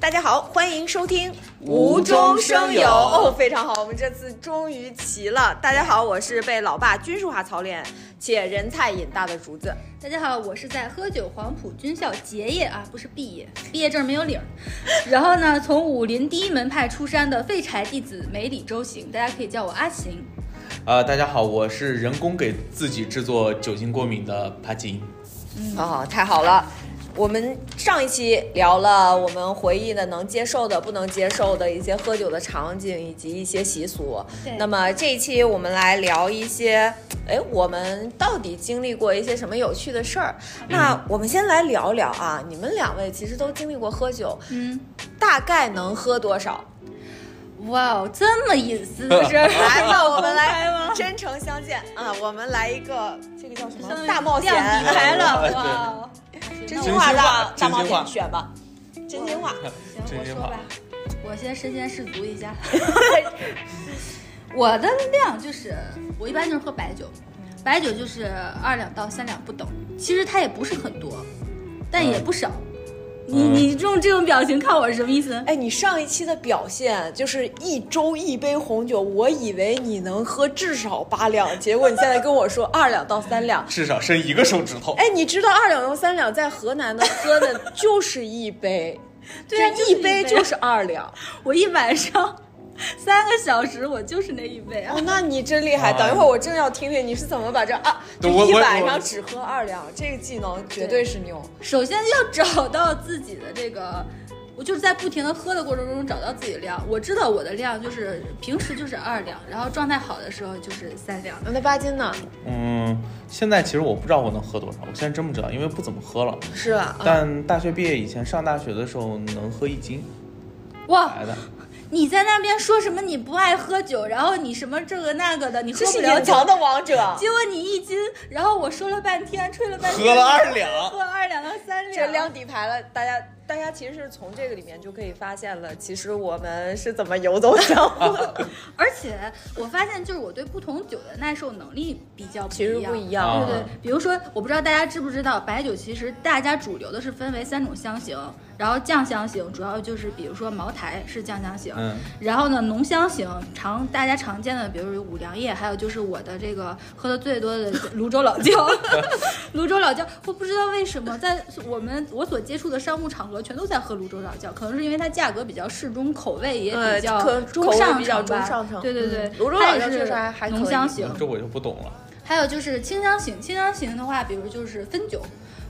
大家好，欢迎收听《无中生有哦，非常好，我们这次终于齐了。大家好，我是被老爸军事化操练且人菜瘾大的竹子。大家好，我是在喝酒黄埔军校结业啊，不是毕业，毕业证没有领儿。然后呢，从武林第一门派出山的废柴弟子梅里周行，大家可以叫我阿行。呃，大家好，我是人工给自己制作酒精过敏的帕金。啊、太好了！我们上一期聊了我们回忆的能接受的、不能接受的一些喝酒的场景以及一些习俗对。那么这一期我们来聊一些，哎，我们到底经历过一些什么有趣的事儿？那我们先来聊聊啊，你们两位其实都经历过喝酒，嗯，大概能喝多 少？哇哦，这么隐私的 事儿，来，那我们公开来吗真诚相见啊！我们来一个这个叫什么相当于大冒险？亮底牌 了，对哇哦！真那心我话大大真心话冒真心话嗯险，选吧，真心话。行，真我心说话吧，我先身先士卒一下。我的量就是，我一般就是喝白酒，白酒就是二两到三两不等。其实它也不是很多，但也不少。嗯你你用这种表情看我是什么意思？哎，你上一期的表现就是一周一杯红酒，我以为你能喝至少八两，结果你现在跟我说 二两到三两。至少伸一个手指头。哎，你知道二两到三两在河南的喝的就是一杯， 对啊就就是一杯杯就是二两。我一晚上三个小时，我就是那一杯啊哦，。那你真厉害！等一会儿我正要听听你是怎么把这啊，就对我一我晚我上只喝二两，这个技能绝对是牛。首先要找到自己的这个，我就是在不停的喝的过程中找到自己的量。我知道我的量就是平时就是二两，然后状态好的时候就是三两。那八斤呢？嗯，现在其实我不知道我能喝多少，我现在真不知道，因为不怎么喝了。是吧？啊，但大学毕业以前上大学的时候能喝一斤哎哇，来的，你在那边说什么你不爱喝酒，然后你什么这个那个的，你喝这不是了隐酒，藏的王者。结果你一斤，然后我说了半天，吹了半天，喝了二两喝二两到三这两，亮底牌了，大家大家其实是从这个里面就可以发现了，其实我们是怎么游走江湖 的，而且我发现就是我对不同酒的耐受能力比较不其实不一样。样。啊对对，比如说，我不知道大家知不知道，白酒其实大家主流的是分为三种香型，然后酱香型主要就是比如说茅台是酱香型，嗯，然后呢，浓香型常大家常见的，比如有五粮液，还有就是我的这个喝的最多的泸州老 窖。泸州老窖，我不知道为什么在我们我所接触的商务场合全都在喝泸州老窖，可能是因为它价格比较适中，口味也呃比较可中上口乘味吧比较中上乘对对对嗯，泸州它老窖也是确实还还可以浓香型，这我就不懂了。还有就是清香型，清香型的话，比如就是汾酒，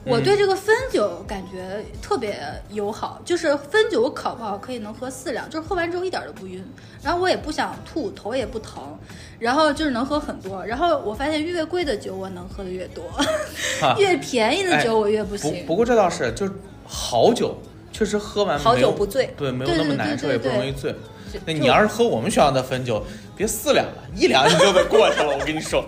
我对这个汾酒感觉特别友好，就是汾酒我烤不好可以能喝四两，就是喝完之后一点都不晕，然后我也不想吐，头也不疼，然后就是能喝很多。然后我发现越贵的酒我能喝的越多， 越便宜的酒我越不不行。不过这倒是，就是好酒确实喝完好没有酒不醉对，没有那么难受，对对对对也不容易醉对。那你要是喝我们学校的汾酒，别四两了，一两你就得过去了。我跟你说，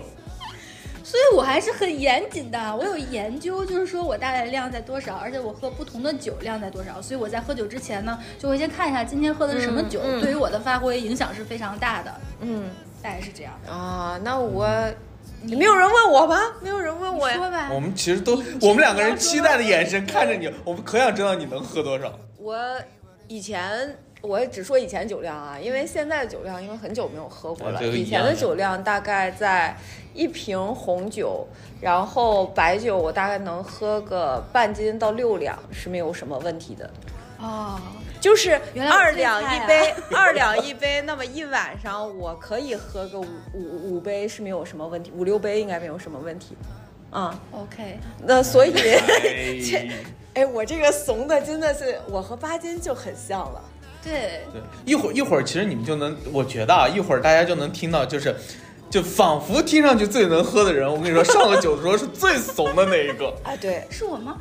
所以我还是很严谨的，我有研究，就是说我大概量在多少，而且我喝不同的酒量在多少。所以我在喝酒之前呢，就会先看一下今天喝的是什么酒，嗯嗯对于我的发挥影响是非常大的，嗯大概是这样。啊，那我你没有人问我吗？没有人问我呀。说吧我，们其实都 你，我们两个人期待的眼神看着你，我们可想知道你能喝多少。我以前我只说以前酒量啊，因为现在的酒量，因为很久没有喝过哎了。这个以一前样的的酒量大概在一瓶红酒，然后白酒我大概能喝个半斤到六两是没有什么问题的。哦，就是原来二是这两菜一啊杯，二两一杯，那么一晚上我可以喝个五五五杯是没有什么问题，五六杯应该没有什么问题，啊、 OK，那所以， 哎这哎，我这个怂的真的是，我和巴金就很像了，对，对，一会儿一会儿，其实你们就能，我觉得啊，一会儿大家就能听到，就是，就仿佛听上去最能喝的人，我跟你说，上了酒桌是最怂的那一个。 啊，对是我吗？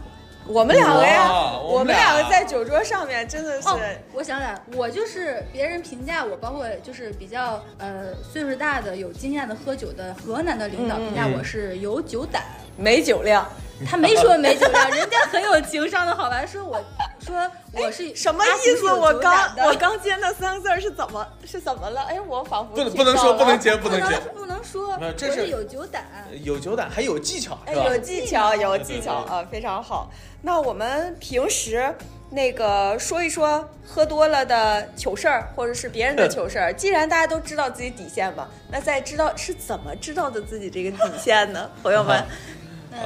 我们两个呀，哇我哦我们们俩个在酒桌上面真的是，哦，我想想，我就是别人评价我，包括就是比较呃岁数大的、有经验的喝酒的河南的领导嗯嗯评价嗯我是有酒胆。没酒量，他没说没酒 量，人家很有情商的，好吧？说我说哎我是哎什么阿意信是思？有我酒刚胆的我 刚接那三个字儿是怎么是怎么了？哎，我仿佛不能听不能到说不能了接不不能接，不能说，没有这我是是有酒胆。有酒胆还有技巧哎，是吧有？技巧，有技巧对对对啊，非常好。那我们平时那个说一说喝多了的糗事儿，或者是别人的糗事 儿。既然大家都知道自己底线嘛，那在知道是怎么知道的自己这个底线呢？朋友们，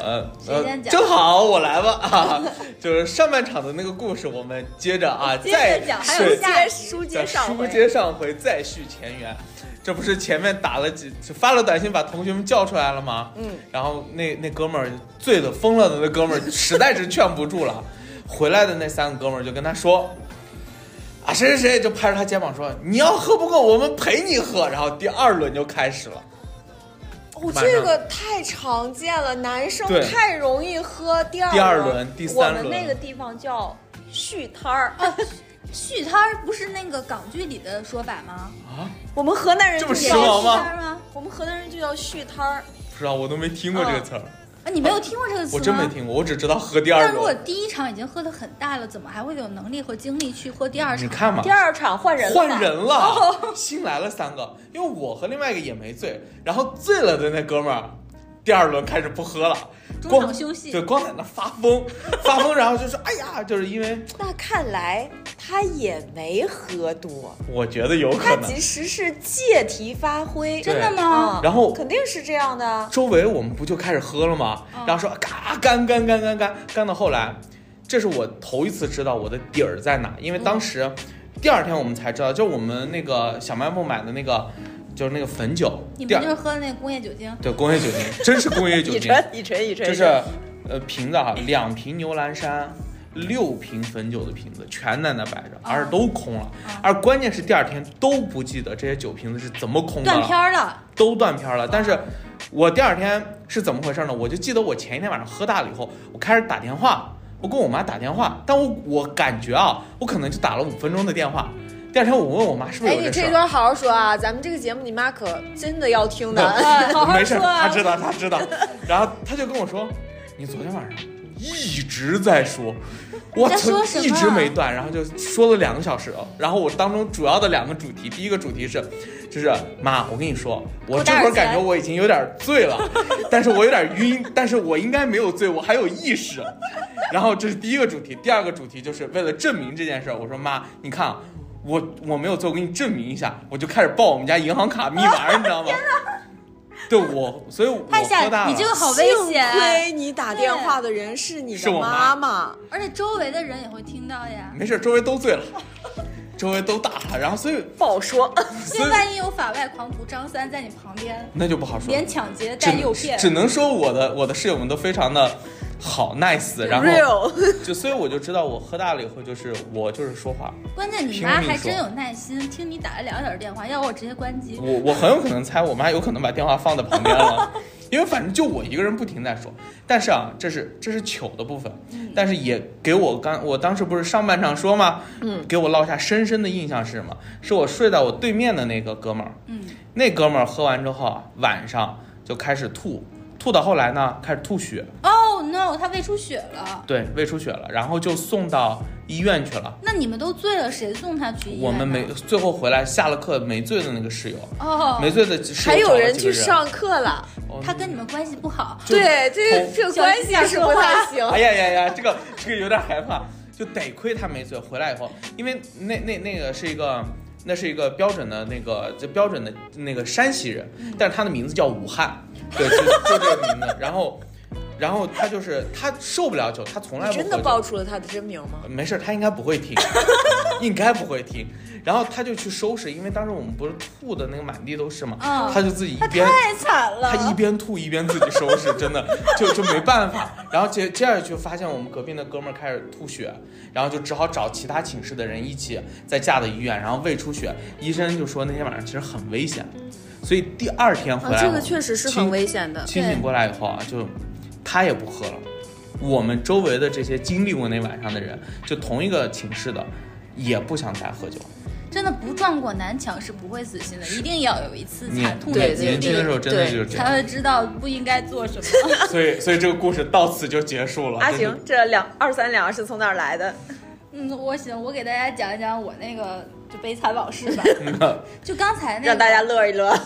呃，谁呃先讲？正好我来吧啊！ 就是上半场的那个故事，我们接着啊，接着再讲还有水下接书接在上书回，接上回再续前缘。这不是前面打了几发了短信把同学们叫出来了吗？嗯，然后那那哥们儿醉的疯了的那哥们儿实在是劝不住了，回来的那三个哥们儿就跟他说。啊，谁谁谁就拍着他肩膀说：“你要喝不够，我们陪你喝。”然后第二轮就开始了。哦，上这个太常见了，男生对太容易喝第二第二轮第三我们轮那个地方叫续摊儿，嗯续摊儿不是那个港剧里的说法吗？啊，我们河南人这就么叫时髦吗续摊儿吗？我们河南人就叫续摊儿，不知道，我都没听过这个词儿，哦啊，你没有听过这个词吗？我真没。听过，我只知道喝第二那如果轮。第一场已经喝得很大了，怎么还会有能力和精力去喝第二场？你看嘛第，二场换人了吧换人哦了，新来了三个，因为我和另外一个也没醉，然后醉了的那哥们儿，第二轮开始不喝了，中光场休息对，，光在那发 疯，发疯，然后就说，哎呀，就是因为那看来他也没喝多，我觉得有可他能其，实是借题发挥，真的对嗯吗？然后肯定是这样的。周围我们不就开始喝了吗？嗯然后说嘎干干干干干干到后来，这是我头一次知道我的底儿在哪，因为当时嗯第二天我们才知道，就我们那个小卖部买的那个，就是那个汾酒，你第们二就是喝的那个工业酒精，对工业酒精，真是工业 酒乙精，醇，乙醇，乙醇，就是呃瓶子哈，两瓶牛栏山。六瓶汾酒的瓶子全在那摆着，而且都空了，啊而关键是第二天都不记得这些酒瓶子是怎么空的了断片儿了。都断片儿了。但是我第二天是怎么回事呢？我就记得我前一天晚上喝大了以后，我开始打电话，我跟我妈打电话，但我我感觉啊，我可能就打了五分钟的电话。第二天我问我妈是不是哎，有你这事这儿，段好好说啊，咱们这个节目你妈可真的要听的， 嗯好好没事，说她啊。知道她知道。然后她就跟我说，你昨天晚上。一直在说，我在说操，什么啊一直没断，然后就说了两个小时。哦然后我当中主要的两个主题，第一个主题是，就是妈，我跟你说，我这会儿感觉我已经有点醉了，但是我有点晕，但是我应该没有醉，我还有意识。然后这是第一个主题，第二个主题就是为了证明这件事儿，我说妈，你看啊，我我没有醉，我给你证明一下，我就开始报我们家银行卡密码儿，你知道吗？对我，所以我太喝大吓，了。你这个好危幸险，亏你打电话的人是你是的我妈妈妈，而且周围的人也会听到呀。没事，周围都醉了，周围都大了，然后所以不好说。所因以为万一有法外狂徒张三在你旁边，那就不好说，连抢劫只带诱能骗，只能说我的我的室友们都非常的好 nice，然后 real，就所以我就知道我喝大了以后就是我就是说话，关键你妈还真有耐心，听你打了两个小时电话，要我直接关机。我我很有可能猜我妈有可能把电话放在旁 边了，因为反正就我一个人不停在说。但是啊，这是这是糗的部分，嗯但是也给我刚我当时不是上半场说吗？嗯，给我落下深深的印象是什么？是我睡在我对面的那个哥们儿，嗯，那哥们儿喝完之后啊，晚上就开始吐，吐到后来呢开始吐血，哦、no，他胃出血了。对，胃出血了，然后就送到医院去了。那你们都醉了，谁送他去医院啊呢？我们啊没最后回来下了课没醉的那个室友，哦，没醉的室 友还有找了人几去个上课了，哦他跟你们关系不好。就对，这同这关系是不太行。哎呀呀呀，这个这个有点害怕，就得亏他没醉。回来以后，因为那那那个是一个。那是一个标准的那个，就标准的那个山西人，嗯但是他的名字叫武汉，对，就就这个名字。然后，然后他就是他受不了酒，他从来你不真的喝酒报出了他的真名吗？没事儿，他应该不会 听，应该不会听。然后他就去收拾，因为当时我们不是吐的那个满地都是嘛，嗯他就自己一他边太惨了，他一嗯边吐一边自己收拾，真的就就没办法。然后接接着就发现我们隔壁那哥们儿开始吐血，然后就只好找其他寝室的人一起再架到医院，然后胃出血，医生就说那天晚上其实很危险，所以第二天回来、啊这个确实是很清危险的。清醒过来以后啊，就他也不喝了。我们周围的这些经历过那晚上的人，就同一个寝室的，也不想再喝酒。真的不撞过南墙是不会死心的，一定要有一次年惨痛对对的经年轻历的时候真的就是这才样，会知道不应该做什么。 所以所以这个故事到此就结束了。阿真的啊行，这两二三两是从哪儿来的？嗯，我行，我给大家讲一讲我那个就悲惨往事吧。 嗯就刚哎才那个，让大家乐一乐。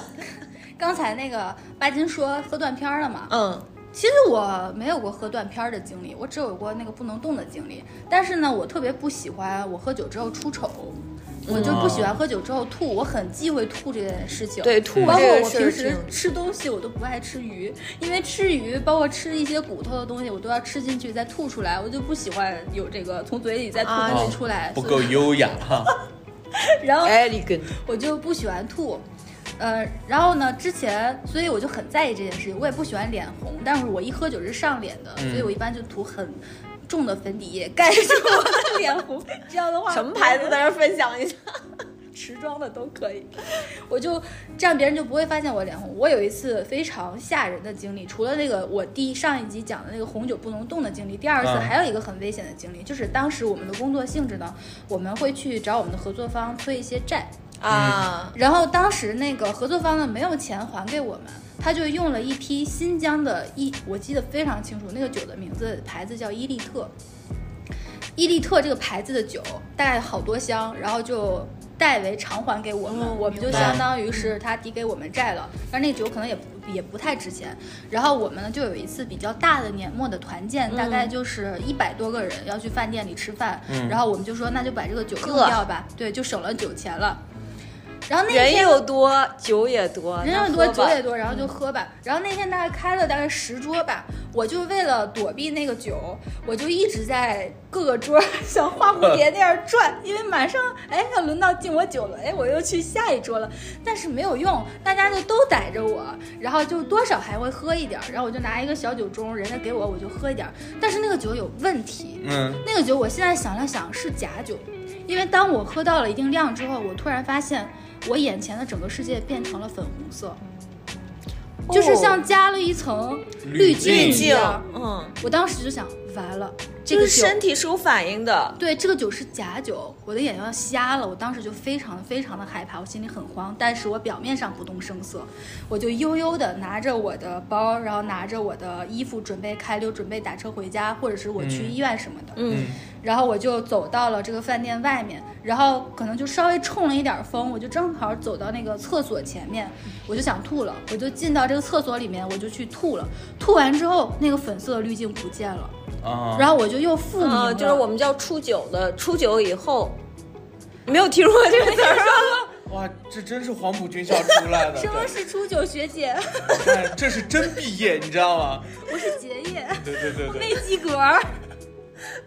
刚才那个巴金说喝断片儿了嘛，嗯，其实我没有过喝断片儿的经历，我只有过那个不能动的经历。但是呢，我特别不喜欢我喝酒之后出丑，我就不喜欢喝酒之后吐，我很忌讳吐这件事情。对，吐包括这个我事平情时吃东西，我都不爱吃鱼，因为吃鱼，包括吃一些骨头的东西，我都要吃进去再吐出来，我就不喜欢有这个从嘴里再吐啊东哦西出来，不所以够优雅哈。嗯然后 elegant，我就不喜欢吐。呃，然后呢，之前所以我就很在意这件事情，我也不喜欢脸红，但是我一喝酒是上脸的，嗯所以我一般就涂很重的粉底液 盖住我的脸 红。这样的话，什么牌子的？在这分享一 下？时装的都可以。我就这样，别人就不会发现我脸红。我有一次非常吓人的经历，除了那个我第一上一集讲的那个红酒不能动的经历，第二次嗯还有一个很危险的经历，就是当时我们的工作性质呢，我们会去找我们的合作方催一些债。嗯啊，然后当时那个合作方呢没有钱还给我们，他就用了一批新疆的伊，我记得非常清楚，那个酒的名字牌子叫伊利特。伊利特这个牌子的酒大概好多箱，然后就代为偿还给我们，哦我们就明白相当于是他抵给我们债了，但那酒可能也不也不太值钱。然后我们呢就有一次比较大的年末的团建，嗯大概就是一百多个人要去饭店里吃饭，嗯然后我们就说那就把这个酒用呵掉吧，对，就省了酒钱了。然后那人天又多，酒也多，人又那多，喝酒吧也多，然后就喝吧。然后那天大概开了大概十桌吧，我就为了躲避那个酒，我就一直在各个桌儿 像画蝴蝶那样转，因为马上哎要轮到敬我酒了，哎我又去下一桌了，但是没有用，大家就都逮着我，然后就多少还会喝一点儿，然后我就拿一个小酒盅，人家给我我就喝一点儿，但是那个酒有问题，嗯，那个酒我现在想了想是假酒，因为当我喝到了一定量之后，我突然发现我眼前的整个世界变成了粉红色，哦就是像加了一层滤镜镜一静样。，嗯，我当时就想，完了，这就个是酒。身体是有反应的，对，这个酒是假酒，我的眼睛要瞎了。我当时就非常非常的害怕，我心里很慌，但是我表面上不动声色，我就悠悠的拿着我的包，然后拿着我的衣服准备开溜，准备打车回家，或者是我去嗯医院什么的。嗯，然后我就走到了这个饭店外面，然后可能就稍微冲了一点风，我就正好走到那个厕所前面，我就想吐了，我就进到这个厕所里面，我就去吐了。吐完之后，那个粉色的滤镜不见了，啊，然后我就又复明了，嗯，就是我们叫出酒的，出酒以后没有听说过这个词 儿啊，哇，这真是黄埔军校出来的，什么是初九学姐， 对你看这是真毕业，你知道吗？我是结业，对对对对，没及格。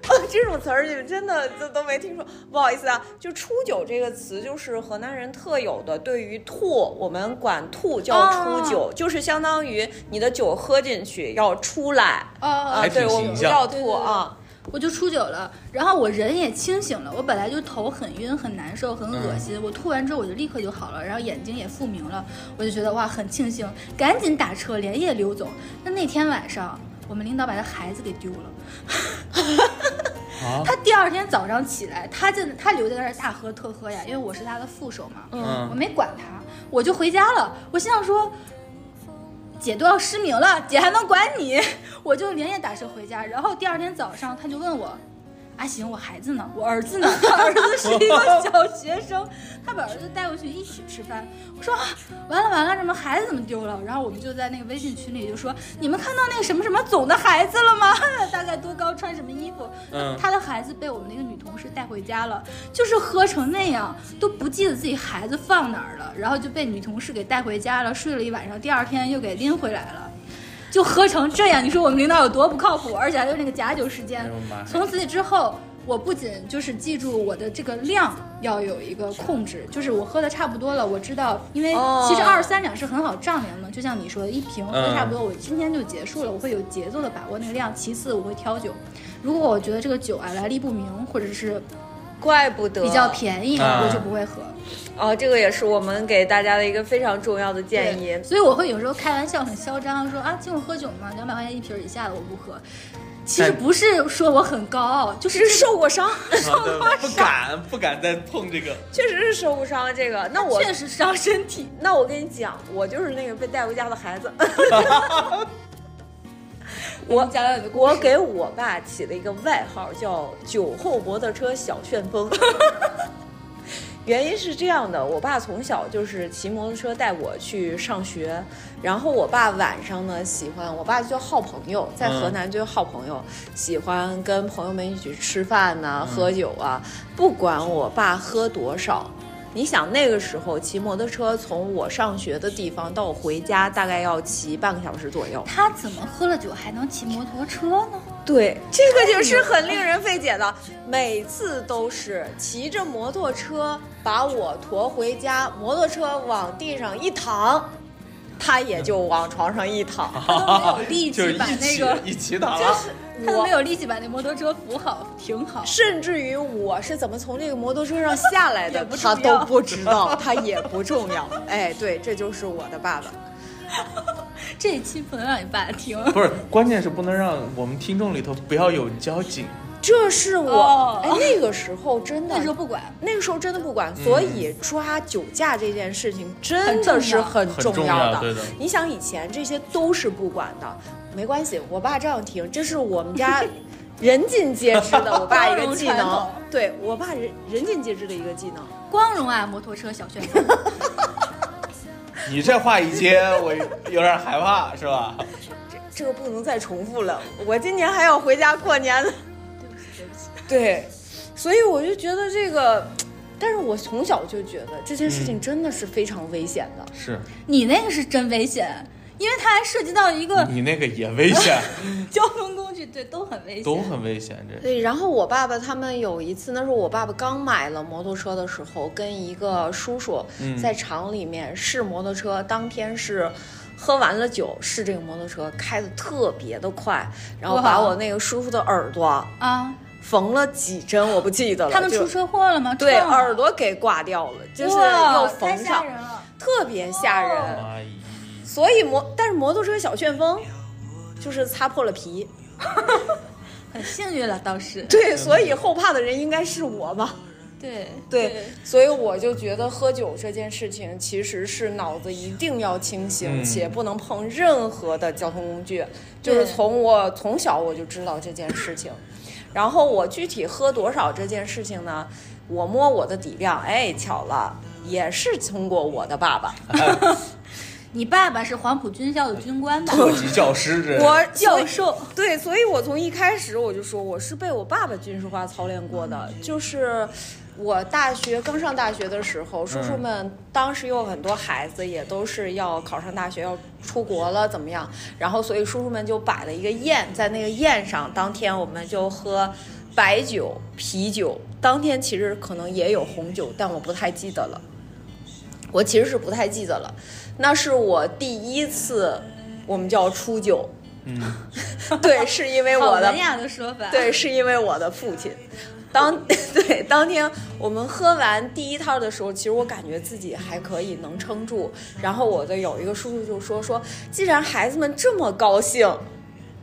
哦，这种词儿你们真的这都没听说，不好意思啊，就出酒这个词就是河南人特有的，对于吐，我们管吐叫哦出酒，就是相当于你的酒喝进去要出来。哦啊，还对，挺我形们不象要对对吐对啊，我就出酒了，然后我人也清醒了。我本来就头很晕、很难受、很恶心，嗯我吐完之后我就立刻就好了，然后眼睛也复明了，我就觉得哇很庆幸，赶紧打车连夜溜走。那那天晚上，我们领导把他孩子给丢了，啊， 他第二天早上起来，他在他留在那儿大喝特喝呀，因为我是他的副手嘛，我嗯，没管他，我就回家了。我心想说，姐都要失明了，姐还能管你？ 我就连夜打车回家。然后第二天早上，他就问我。阿行，我孩子呢？我儿子呢？ 他儿子是一个小学生，他把儿子带过去一起吃饭。我说、啊、完了完了，什么孩子怎么丢了？然后我们就在那个微信群里就说，你们看到那个什么什么总的孩子了吗？ 大概多高，穿什么衣服？嗯他的孩子被我们那个女同事带回家了，就是喝成那样，都不记得自己孩子放哪儿了，然后就被女同事给带回家了，睡了一晚上，第二天又给拎回来了，就喝成这样。你说我们领导有多不靠谱？而且还有那个假酒时哎间呦。妈呀，从此之后，我不仅就是记住我的这个量要有一个控制，就是我喝的差不多了，我知道，因为哦其实二三两是很好丈量的，就像你说的，一瓶喝嗯差不多，我今天就结束了，我会有节奏的把握那个量。其次，我会挑酒，如果我觉得这个酒啊来历不明，或者是怪不得比较便宜，啊我就不会喝。哦，这个也是我们给大家的一个非常重要的建议对，所以我会有时候开玩笑很嚣张，说啊，请我喝酒嘛，两百块钱一瓶以下的我不喝。其实但不是说我很高傲，就是受过伤，好的，不敢不敢再碰这个，确实是受过伤。这个，那我确实伤身体。那我跟你讲，我就是那个被带回家的孩子。 我讲讲你的故我事。给我爸 起了一个外号，叫“酒后摩托车小旋风”，原因是这样的，我爸从小就是骑摩托车带我去上学，然后我爸晚上呢喜欢，我爸就好朋友，在河嗯南就好朋友，喜欢跟朋友们一起吃饭嗯呐、喝酒啊，不管我爸喝多少。你想那个时候骑摩托车从我上学的地方到我回家，大概要骑半个小时左右。他怎么喝了酒还能骑摩托车呢？对，这个就是很令人费解的。每次都是骑着摩托车把我驮回家，摩托车往地上一躺，他也就往床上一躺。 他都没有力就是气一把那起个，一起打就了，是他都没有力气把那摩托车扶好停好。甚至于我是怎么从这个摩托车上下来 也的，不重他要都不知 道，他也不重要。哎，对，这就是我的爸爸。这一期不能让你爸听。不是，关键是不能让我们听众里头不要有交警。这是我哦哎，那个时候真的那时候不管，那个时候真的不管，嗯所以抓酒驾这件事情真的是很重很重要的。对的你想以前这些都是不管的，没关系，我爸这样听，这是我们 家人尽皆知的，我爸一个技包容传能统，对我爸人人尽皆知的一个技能。光荣啊，摩托车小旋风。 你这话一接，我有点害怕，是吧？这个不能再重复了，我今年还要回家过年呢。对，所以我就觉得这个，但是我从小就觉得这件事嗯情真的是非常危险的。是 你那个是真危险，因为它还涉及到一个你那个也危险，交通工具，对，都很危险。都很危险。这对，然后我爸爸他们有一次，那时候我爸爸刚买了摩托车的时候，跟一个叔叔嗯在厂里面试摩托车，当天是。喝完了酒，试这个摩托车开的特别的快，然后哇把我那个叔叔的耳朵啊，缝了几针，我不记得了。他们就出车祸了吗？对撞了耳朵给挂掉了，就是哇又太缝吓上，人哦了。特别吓人。妈呀！所以摩，但是摩托车小旋风就是擦破了皮。很幸运了，倒是。对，所以后怕的人应该是我吧。对对，所以我就觉得喝酒这件事情其实是脑子一定要清醒，嗯且不能碰任何的交通工具。就是对从我从小我就知道这件事情，然后我具体喝多少这件事情呢，我摸我的底量，哎，巧了，也是通过我的爸爸，你爸爸是黄埔军校的军官吧？特级教师这我教授。对，所以我从一开始我就说我是被我爸爸军事化操练过的，就是我大学刚上大学的时候，叔叔们当时有很多孩子也都是要考上大学，要出国了怎么样？然后所以叔叔们就摆了一个宴，在那个宴上，当天我们就喝白酒、啤酒，当天其实可能也有红酒，但我不太记得了。我其实是不太记得了，那是我第一次，我们叫初酒，嗯， 对，是因为好我的文雅的说法。对，是因为我的父亲。当 对当天我们喝完第一套的时候，其实我感觉自己还可以能撑住。然后我的有一个叔叔就说说，既然孩子们这么高兴，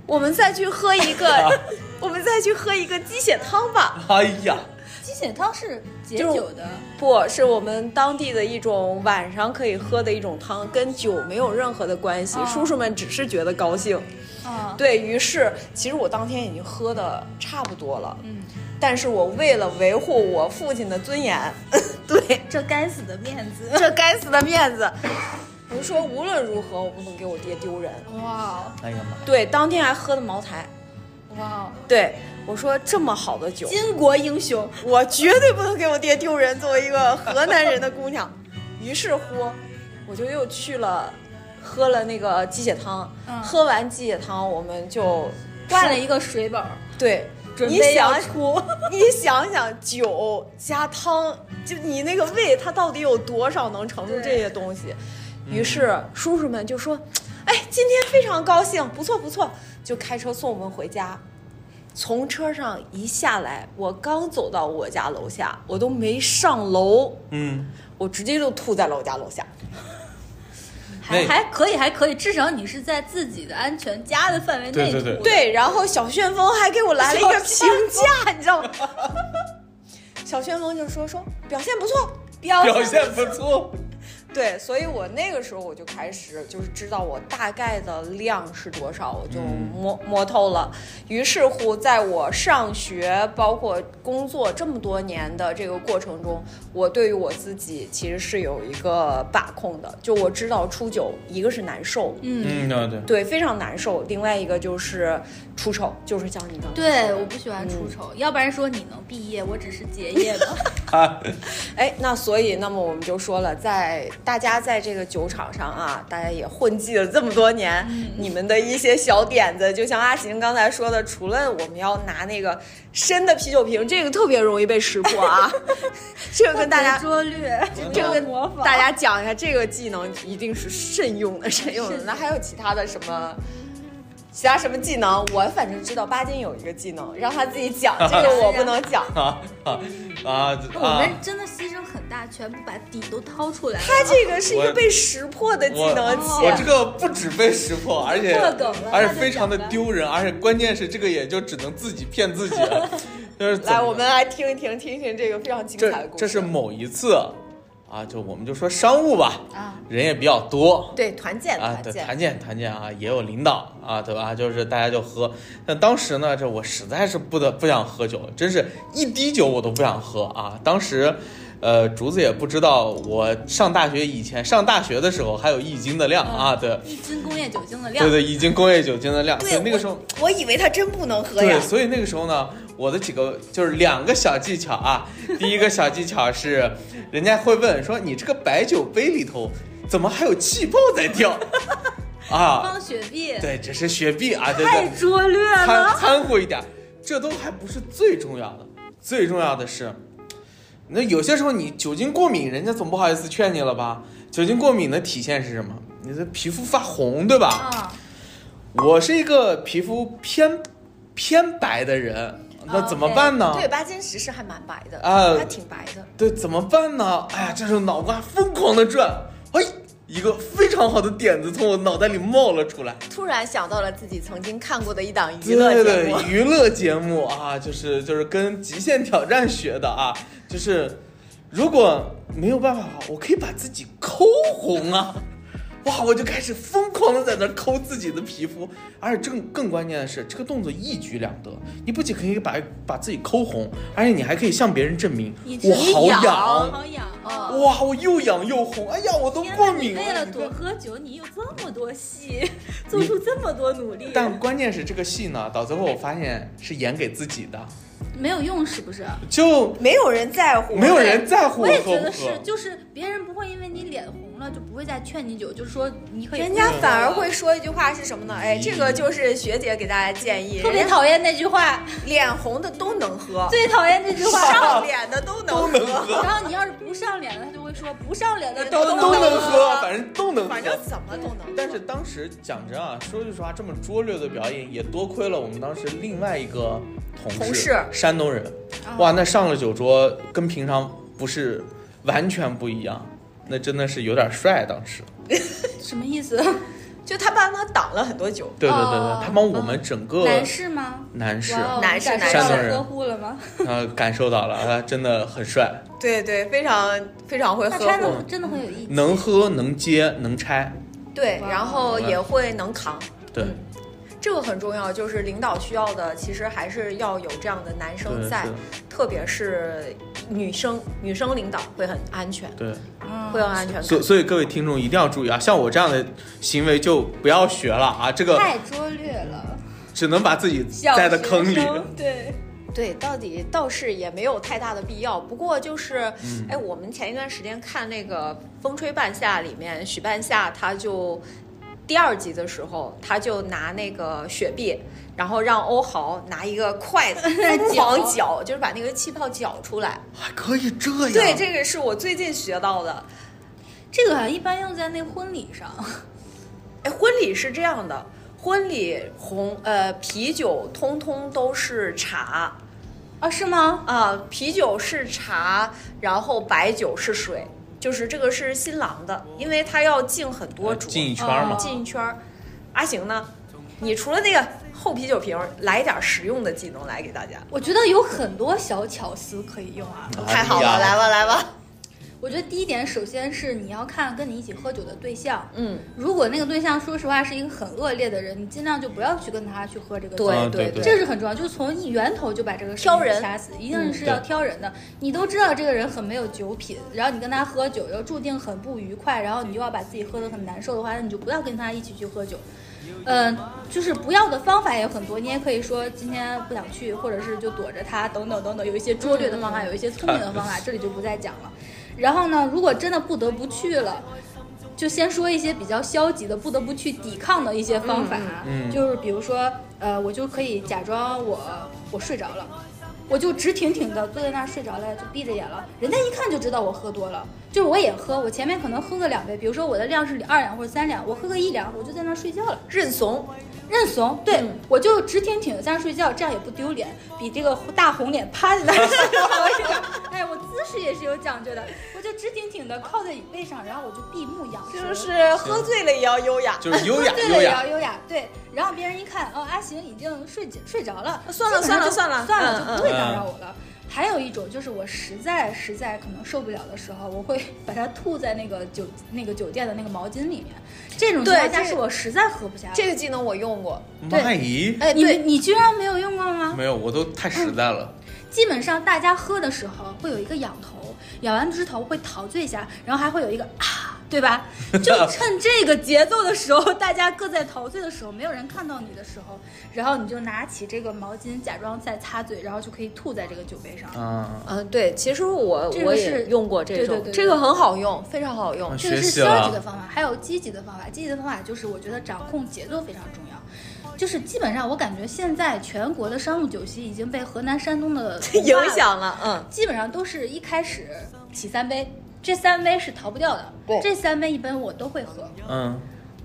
我们再去喝一个，我们再去喝一个鸡血汤吧。哎呀，鸡血汤是解就是酒的，不是我们当地的一种晚上可以喝的一种汤，跟酒没有任何的关系。哦叔叔们只是觉得高兴。啊，对于是，其实我当天已经喝的差不多了，嗯，但是我为了维护我父亲的尊严， 对这该死的面子。这该死的面 子，我就说无论如何我不能给我爹丢人。哇哦哎呀妈！对，当天还喝的茅台，哇，哦对我说这么好的酒， 巾帼英雄。我绝对不能给我爹丢人。作为一个河南人的姑娘，于是乎，我就又去了，喝了那个鸡血汤。嗯喝完鸡血汤，我们就挂了一个水宝，对，准你备想要出。 你想想，酒加汤，就你那个胃，它到底有多少能承住这些东西？于是叔叔们就说：“哎，今天非常高兴，不错不错。”就开车送我们回家。从车上一下来，我刚走到我家楼下，我都没上楼，嗯，我直接就吐在了我家楼下。还那还可以，还可以，至少你是在自己的安全家的范围内对对涂对的，对，然后小旋风还给我来了一个评小价，你知道吗？小旋风就说说表现不错，表表现不错，对，所以我那个时候我就开始就是知道我大概的量是多少，我就摸、摸透了。于是乎，在我上学包括工作这么多年的这个过程中，我对于我自己其实是有一个把控的，就我知道初九一个是难受，嗯，嗯，对对，对，非常难受；另外一个就是出丑，就是像你刚才对，我不喜欢出丑，嗯要不然说你能毕业，我只是结业吧。 啊，哎，那所以，那么我们就说了，在大家在这个酒场上啊，大家也混迹了这么多年，你们的一些小点子，就像阿行刚才说的，除了我们要拿那个深的啤酒瓶，这个特别容易被识破啊， 这个跟大家。拙劣，这个个跟大家讲一下，这个技能一定是慎用的，慎用的。那还有其他的什么，其他什么技能？我反正知道巴金有一个技能，让他自己讲，这个我不能讲。啊啊啊！我们真的牺牲很大，全部把底都掏出来了。他这个是一个被识破的技能，我我姐这个不止被识破，而且破梗了而且非常的丢人，而且关键是这个也就只能自己骗自己， 就是怎么来，我们来听一听，听一听这个非常精这彩的故事。这是某一次啊，就我们就说商务吧，啊，人也比较多。对团建，啊，团对，建，团建团建啊，也有领导啊，对吧？就是大家就喝，但当时呢，这我实在是不得不想喝酒，真是一滴酒我都不想喝啊。当时，呃，竹子也不知道我上大学以前，上大学的时候还有易经的量啊，嗯对，一斤工业酒精的量对，对，已经工业酒精的量，所以对，那个时候，我我以为他真不能喝呀对，，所以那个时候呢，我的几个就是两个小技巧啊。第一个小技巧是，人家会问说你这个白酒杯里头怎么还有气泡在掉 啊？放雪碧，对，这是雪碧啊，对太对，拙劣掺了。掺和一点，这都还不是最重要的，最重要的是，那有些时候你酒精过敏，人家总不好意思劝你了吧？酒精过敏的体现是什么？你的皮肤发红，对吧？啊，我是一个皮肤偏偏白的人，那怎么办呢？对，巴金石是还蛮白的，啊他挺白的。对怎么办呢？哎呀，这时候脑瓜疯狂的转，哎，一个非常好的点子从我脑袋里冒了出来。突然想到了自己曾经看过的一档娱对乐对节目对，，娱乐节目啊，就是就是跟《极限挑战》学的啊，就是如果没有办法的话，我可以把自己抠红啊。哇！我就开始疯狂的在那儿抠自己的皮肤，而且更更关键的是，这个动作一举两得，你不仅可以把把自己抠红，而且你还可以向别人证明你我真好痒，痒，好痒哦哦。哇，我又痒又红，哎呀，我都天过哪你敏为了多了。喝酒，你有这么多 戏，做出这么多努力，但关键是这个戏呢，到最后我发现是演给自己的，没有用，是不是？就没有人在乎，没有人在乎我喝也不觉得是喝，。就是别人不会因为你脸红了就不会再劝你酒，就是说你可以。人家反而会说一句话是什么呢？哎，这个就是学姐给大家建议，特别讨厌那句话，人家脸红的都能喝，最讨厌这句话。上脸的都能都能喝喝，然后你要是不上脸了，他就会说不上脸的都能都能喝，喝反正都能喝。反正怎么都能喝。但是当时讲真啊，说句实话，这么拙劣的表演也多亏了我们当时另外一个同事，同事山东人，啊哇，那上了酒桌跟平常不是完全不一样，那真的是有点帅。当时，什么意思？ 就他帮他挡了很多酒，对对对对，哦他帮我们整个男士吗？男士哇哦啊、男士感受男到士了呵护了吗？呃感受到了，他真的很帅，对对，非常非常会那喝穿火的，真的很有意思。能喝能接能拆，对，哇然后也会能扛。嗯对。这个很重要，就是领导需要的，其实还是要有这样的男生对在，特别是女生，女生领导会很安全，对，嗯会有安全感。所所以各位听众一定要注意啊，像我这样的行为就不要学了啊，这个嗯太拙劣了，只能把自己栽的坑里小。 学生。对，对，到底倒是也没有太大的必要。不过就是，嗯哎、我们前一段时间看那个《风吹半夏》里面，许半夏他就第二集的时候，他就拿那个雪碧，然后让欧豪拿一个筷子疯狂搅，就是把那个气泡搅出来。还可以这样？对，这个是我最近学到的。这个好啊像一般用在那婚礼上。哎，婚礼是这样的，婚礼红呃啤酒通通都是茶啊，是吗？啊、啤酒是茶，然后白酒是水，就是这个是新郎的，因为他要敬很多桌，呃进一圈哦嘛。进一圈儿。阿行呢，你除了那个厚啤酒瓶儿，来点儿实用的技能来给大家。我觉得有很多小巧思可以用啊。哎呀太好了，来吧来吧，我我觉得第一点，首先是你要看跟你一起喝酒的对象，嗯，如果那个对象说实话是一个很恶劣的人，你尽量就不要去跟他去喝这个酒。对啊对对，这是很重要，就是从一源头就把这个事情挑人掐死，一定是嗯要对挑人的。你都知道这个人很没有酒品，然后你跟他喝酒，然后注定很不愉快，然后你又要把自己喝得很难受的话，那你就不要跟他一起去喝酒。嗯、就是不要的方法也有很多，你也可以说今天不想去，或者是就躲着他，等等等等，有一些拙劣的方法，有一些聪明的方法，这里就不再讲了。然后呢，如果真的不得不去了。就先说一些比较消极的，不得不去抵抗的一些方法，嗯嗯就是比如说，呃，我就可以假装我我睡着了，我就直挺挺的坐在那儿睡着了，就闭着眼了。人家一看就知道我喝多了，就是我也喝，我前面可能喝个两杯，比如说我的量是二两或者三两，我喝个一两，我就在那儿睡觉了，认怂，认怂。对、嗯我就直挺挺的在那儿睡觉，这样也不丢脸，比这个大红脸趴 在那儿睡觉好一点。哎，我姿势也是有讲究的，我就直挺挺的靠在椅背上，然后我就闭目养神。就是喝醉了也要优雅。就是优雅 对优了，雅要，优雅，对。然后别人一看，哦，阿行已经睡着睡着了，算了基本上就算了算算了了，嗯就不会打扰我了。还有一种就是我实在实在可能受不了的时候，我会把它吐在那个酒那个酒店的那个毛巾里面。这种情对况下这是我实在喝不下了。这个技能我用过，对蚂蚁哎，你对，你居然没有用过吗？没有，我都太实在了。基本上大家喝的时候会有一个仰头，仰完之头会陶醉一下，然后还会有一个啊，对 吧？就趁这个节奏的时候，大家各在陶醉的时候，没有人看到你的时候，然后你就拿起这个毛巾假装在擦嘴，然后就可以吐在这个酒杯上。嗯，嗯，对，其实我这个我是也用过这对种对对，这个很好用，非常好用。这个学是习消极了的。方法，还有积极的方法。积极的方法就是我觉得掌控节奏非常重要，就是基本上我感觉现在全国的商务酒席已经被河南、山东的 影响了，嗯，基本上都是一开始起三杯，这三杯是逃不掉的。对这三杯一般我都会喝，嗯，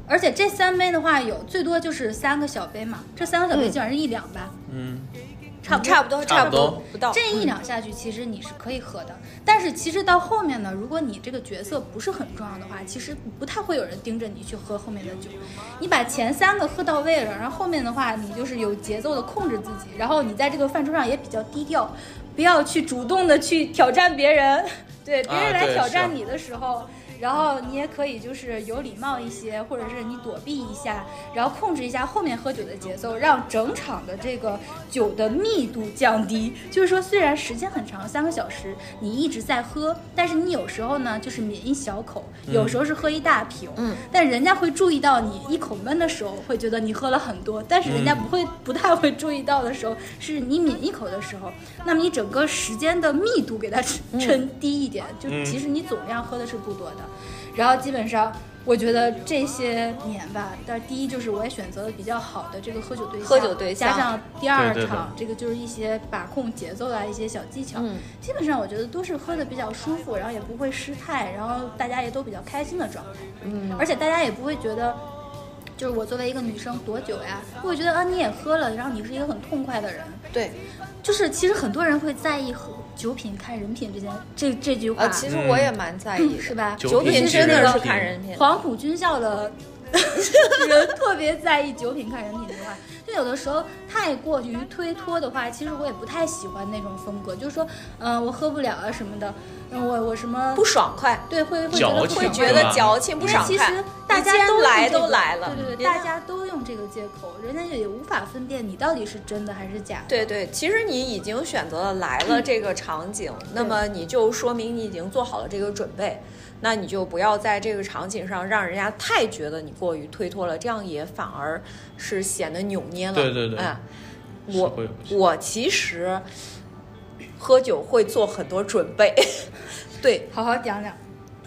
而且这三杯的话有最多就是三个小杯嘛，这三个小杯嗯基本上是一两吧，嗯， 差不多差不多，差不不多多，不到。这一两下去，其实你是可以喝的，但是其实到后面呢，如果你这个角色不是很重要的话，其实不太会有人盯着你去喝后面的酒。你把前三个喝到位了，然后后面的话，你就是有节奏的控制自己，然后你在这个饭桌上也比较低调，不要去主动的去挑战别人， 对别人啊来对挑是战你的时候。然后你也可以就是有礼貌一些，或者是你躲避一下，然后控制一下后面喝酒的节奏，让整场的这个酒的密度降低。就是说，虽然时间很长，三个小时，你一直在喝，但是你有时候呢就是抿一小口，嗯有时候是喝一大瓶，嗯，但人家会注意到你一口闷的时候，会觉得你喝了很多，但是嗯人家不会不太会注意到的时候，是你抿一口的时候，那么你整个时间的密度给它嗯撑低一点，就嗯其实你总量喝的是不多的。然后基本上，我觉得这些年吧，但第一就是我也选择了比较好的这个喝酒对象，喝酒对象加上第二场对对对这个就是一些把控节奏啊，一些小技巧，嗯基本上我觉得都是喝的比较舒服，然后也不会失态，然后大家也都比较开心的状态，嗯，而且大家也不会觉得。就是我作为一个女生多久呀？我会觉得啊，你也喝了，然后你是一个很痛快的人。对，就是其实很多人会在意喝酒品看人品这件这这句话，呃， 其实我也蛮在意的，嗯是吧？酒酒品品其实真那的是个看人品。黄埔军校的 人特别在意酒品看人品的话，就有的时候太过于推脱的话，其实我也不太喜欢那种风格。就是说，嗯、我喝不了啊什么的，嗯，我我什么不爽快，对会会觉矫得情不会爽觉快得矫情不因为爽其快实。大你既家然都用来这都个来了对对对，别大家都用这个借口，人家也无法分辨你到底是真的还是假的。对对，其实你已经选择了来了这个场景，那么你就说明你已经做好了这个准备，那你就不要在这个场景上让人家太觉得你过于推脱了，这样也反而是显得扭捏了。对对对哎，是我嗯会有我其实喝酒会做很多准备， 对，好好讲讲，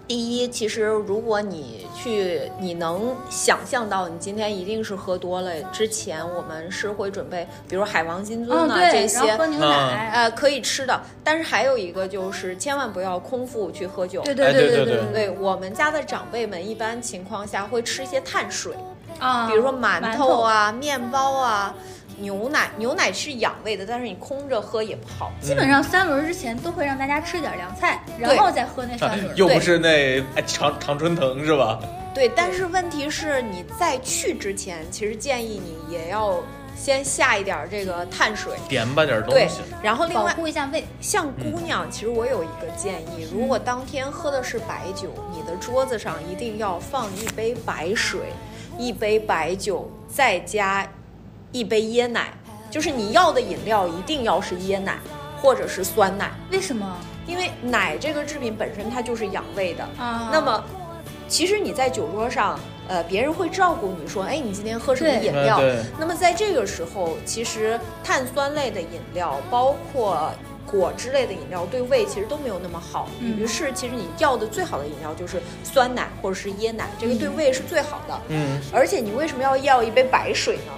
第一，其实如果你去，你能想象到你今天一定是喝多了。之前我们是会准备，比如海王金嗯樽啊、对，这然后喝些，牛嗯奶，呃，可以吃的。但是还有一个就是，千万不要空腹去喝酒。对哎对对对对对对我们家的长辈们一般情况下会吃一些碳水，啊，比如说馒馒头啊、面包啊、牛奶。牛奶是养胃的，但是你空着喝也不好。基本上三轮之前都会让大家吃点凉菜，然后再喝那三轮。又不是那哎常常春藤是吧？对，但是问题是你在去之前，其实建议你也要先下一点儿这个碳水，点吧点东对西。，然后另保外护一下胃。像姑娘，其实我有一个建议，如果当天喝的是白酒，你的桌子上一定要放一杯白水，一杯白酒，再加一杯椰奶，就是你要的饮料一定要是椰奶或者是酸奶，为什么因为奶这个制品本身它就是养胃的。啊？那么，其实你在酒桌上，呃，别人会照顾你说，哎，你今天喝什么对饮料？对，那么在这个时候，其实碳酸类的饮料，包括果汁类的饮料，对胃其实都没有那么好。嗯于是，其实你要的最好的饮料就是酸奶或者是椰奶，这个对胃是最好的。嗯，而且你为什么要要一杯白水呢？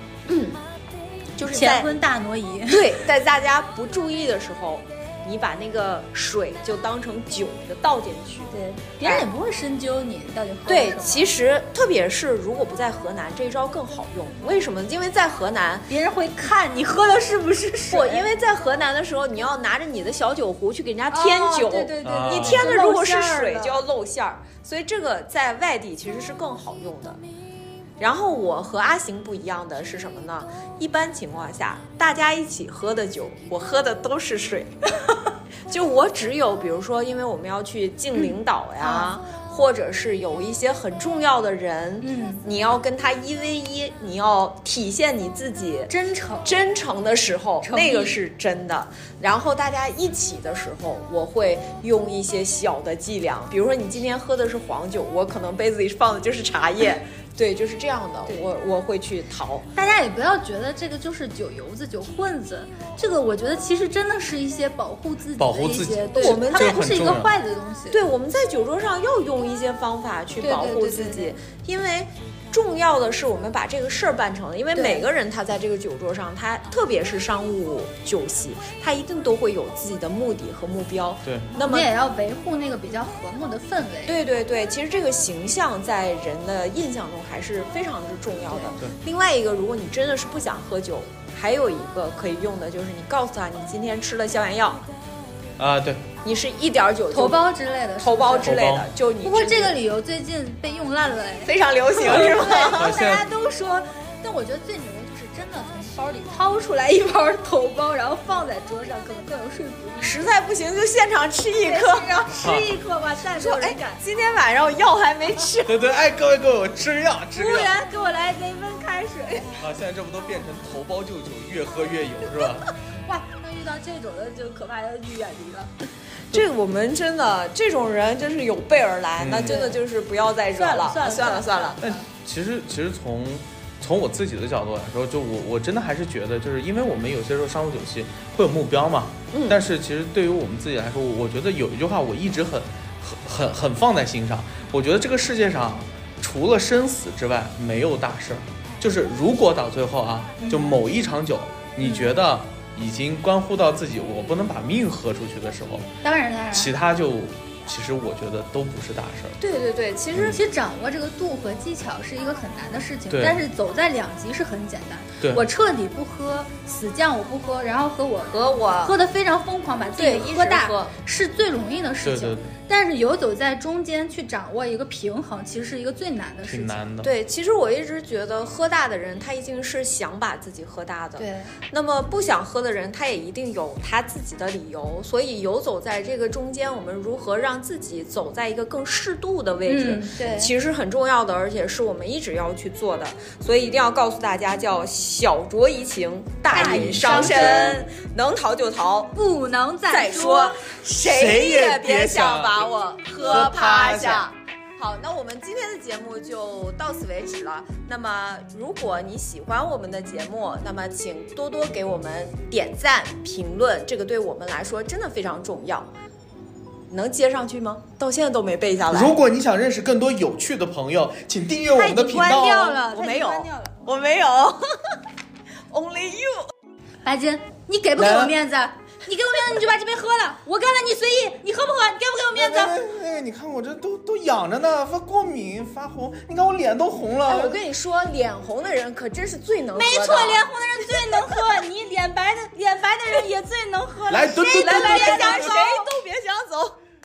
就是乾在坤大挪移。对，在大家不注意的时候，你把那个水就当成酒的倒进去。对，别人也不会深究你到底喝了对什，么其实特别是如果不在河南，这一招更好用。为什么？因为在河南，别人会看你喝的是不是水。不，因为在河南的时候，你要拿着你的小酒壶去给人家添哦酒，对对对，啊你添的如果是水就要露馅儿，所以这个在外地其实是更好用的。然后我和阿行不一样的是什么呢？一般情况下，大家一起喝的酒，我喝的都是水。 就我只有比如说，因为我们要去敬领导呀，或者是有一些很重要的人，嗯，你要跟他一 v 一，你要体现你自己真诚。真诚的时候，诚意那个是真的。然后大家一起的时候，我会用一些小的伎俩，比如说你今天喝的是黄酒，我可能杯子里放的就是茶 叶，对，就是这样的对。我我会去淘，大家也不要觉得这个就是酒油子、酒混子，这个我觉得其实真的是一些保护自己保的护一自己些，我们它这个不很是一重个要坏的东西。对，我们在酒桌上要用一些方法去对对保护自对对己对，因为重要的是我们把这个事儿办成了。因为对每个人他在这个酒桌上，他特别是商务酒席，他一定都会有自己的目的和目标。对，那我么们也要维护那个比较和睦的氛围。对对对，其实这个形象在人的印象中还是非常之重要的。对对另外一个，如果你真的是不想喝酒，还有一个可以用的就是你告诉他你今天吃了消炎药，啊对，你是一点儿酒就头孢之类的，头孢是之类头的孢，就不你是。不过真的这个理由最近被用烂了哎，非常流行是 吗？对，然后啊大现在家都说，但我觉得最牛的就是真的从包里掏出来一包头孢，然后放在桌上，可能更有说服力。实在不行就现场吃一对颗。然后吃一颗吧，再没说有哎人敢，。今天晚上我药还没 吃，对对，哎，各位各位，我吃药吃服务药员给我来一温开水。啊！现在这不都变成头孢救酒，越喝越有是吧？哇，那遇到这种的就可怕，要远离了。这我们真的这种人真是有备而来，嗯那真的就是不要再惹算了，啊算了算了算了。但其实其实从从我自己的角度来说，就我我真的还是觉得，就是因为我们有些时候商务酒席会有目标嘛，嗯但是其实对于我们自己来说，我我觉得有一句话我一直很很很很放在心上，我觉得这个世界上除了生死之外没有大事儿，就是如果到最后啊，嗯就某一场酒，你觉得已经关乎到自己，我不能把命喝出去的时候，当然，当然。其他就其实我觉得都不是大事儿。对对对，其实其实掌握这个度和技巧是一个很难的事情，对但是走在两极是很简单。对我彻底不喝，死犟我不喝，然后和我和我喝的非常疯狂，把自己对一喝直大喝是最容易的事对情。对对，但是游走在中间去掌握一个平衡，其实是一个最难的事挺情。难的。对，其实我一直觉得喝大的人，他一定是想把自己喝大的。，对，那么不想喝的人，他也一定有他自己的理由。所以游走在这个中间，我们如何让自己走在一个更适度的位置？嗯，对，其实是很重要的，而且是我们一直要去做的，所以一定要告诉大家，叫小酌怡情，大隐伤大隐伤身，能逃就逃。不能再说说，谁也别想把我喝趴下。好，那我们今天的节目就到此为止了。那么，如果你喜欢我们的节目，那么请多多给我们点赞、评论，这个对我们来说真的非常重要。能接上去吗？到现在都没背下来。如果你想认识更多有趣的朋友，请订阅我他们已的经频关道、掉哦。了，我他已没经有关掉了。我没有 ，Only you。白金，你给不给来我了面子？你给我面子，你就把这杯喝了。我干了，你随意，你喝不喝？你给不给我面子？哎，哎你看我这都都痒着呢，发过敏发红，你看我脸都红哎，了我。跟你说，脸红的人可真是最能喝没的错，脸红的人最能喝，你脸白的脸白的人也最能喝了。来，蹲谁蹲都蹲来蹲来，别别想蹲想蹲谁走都别想走。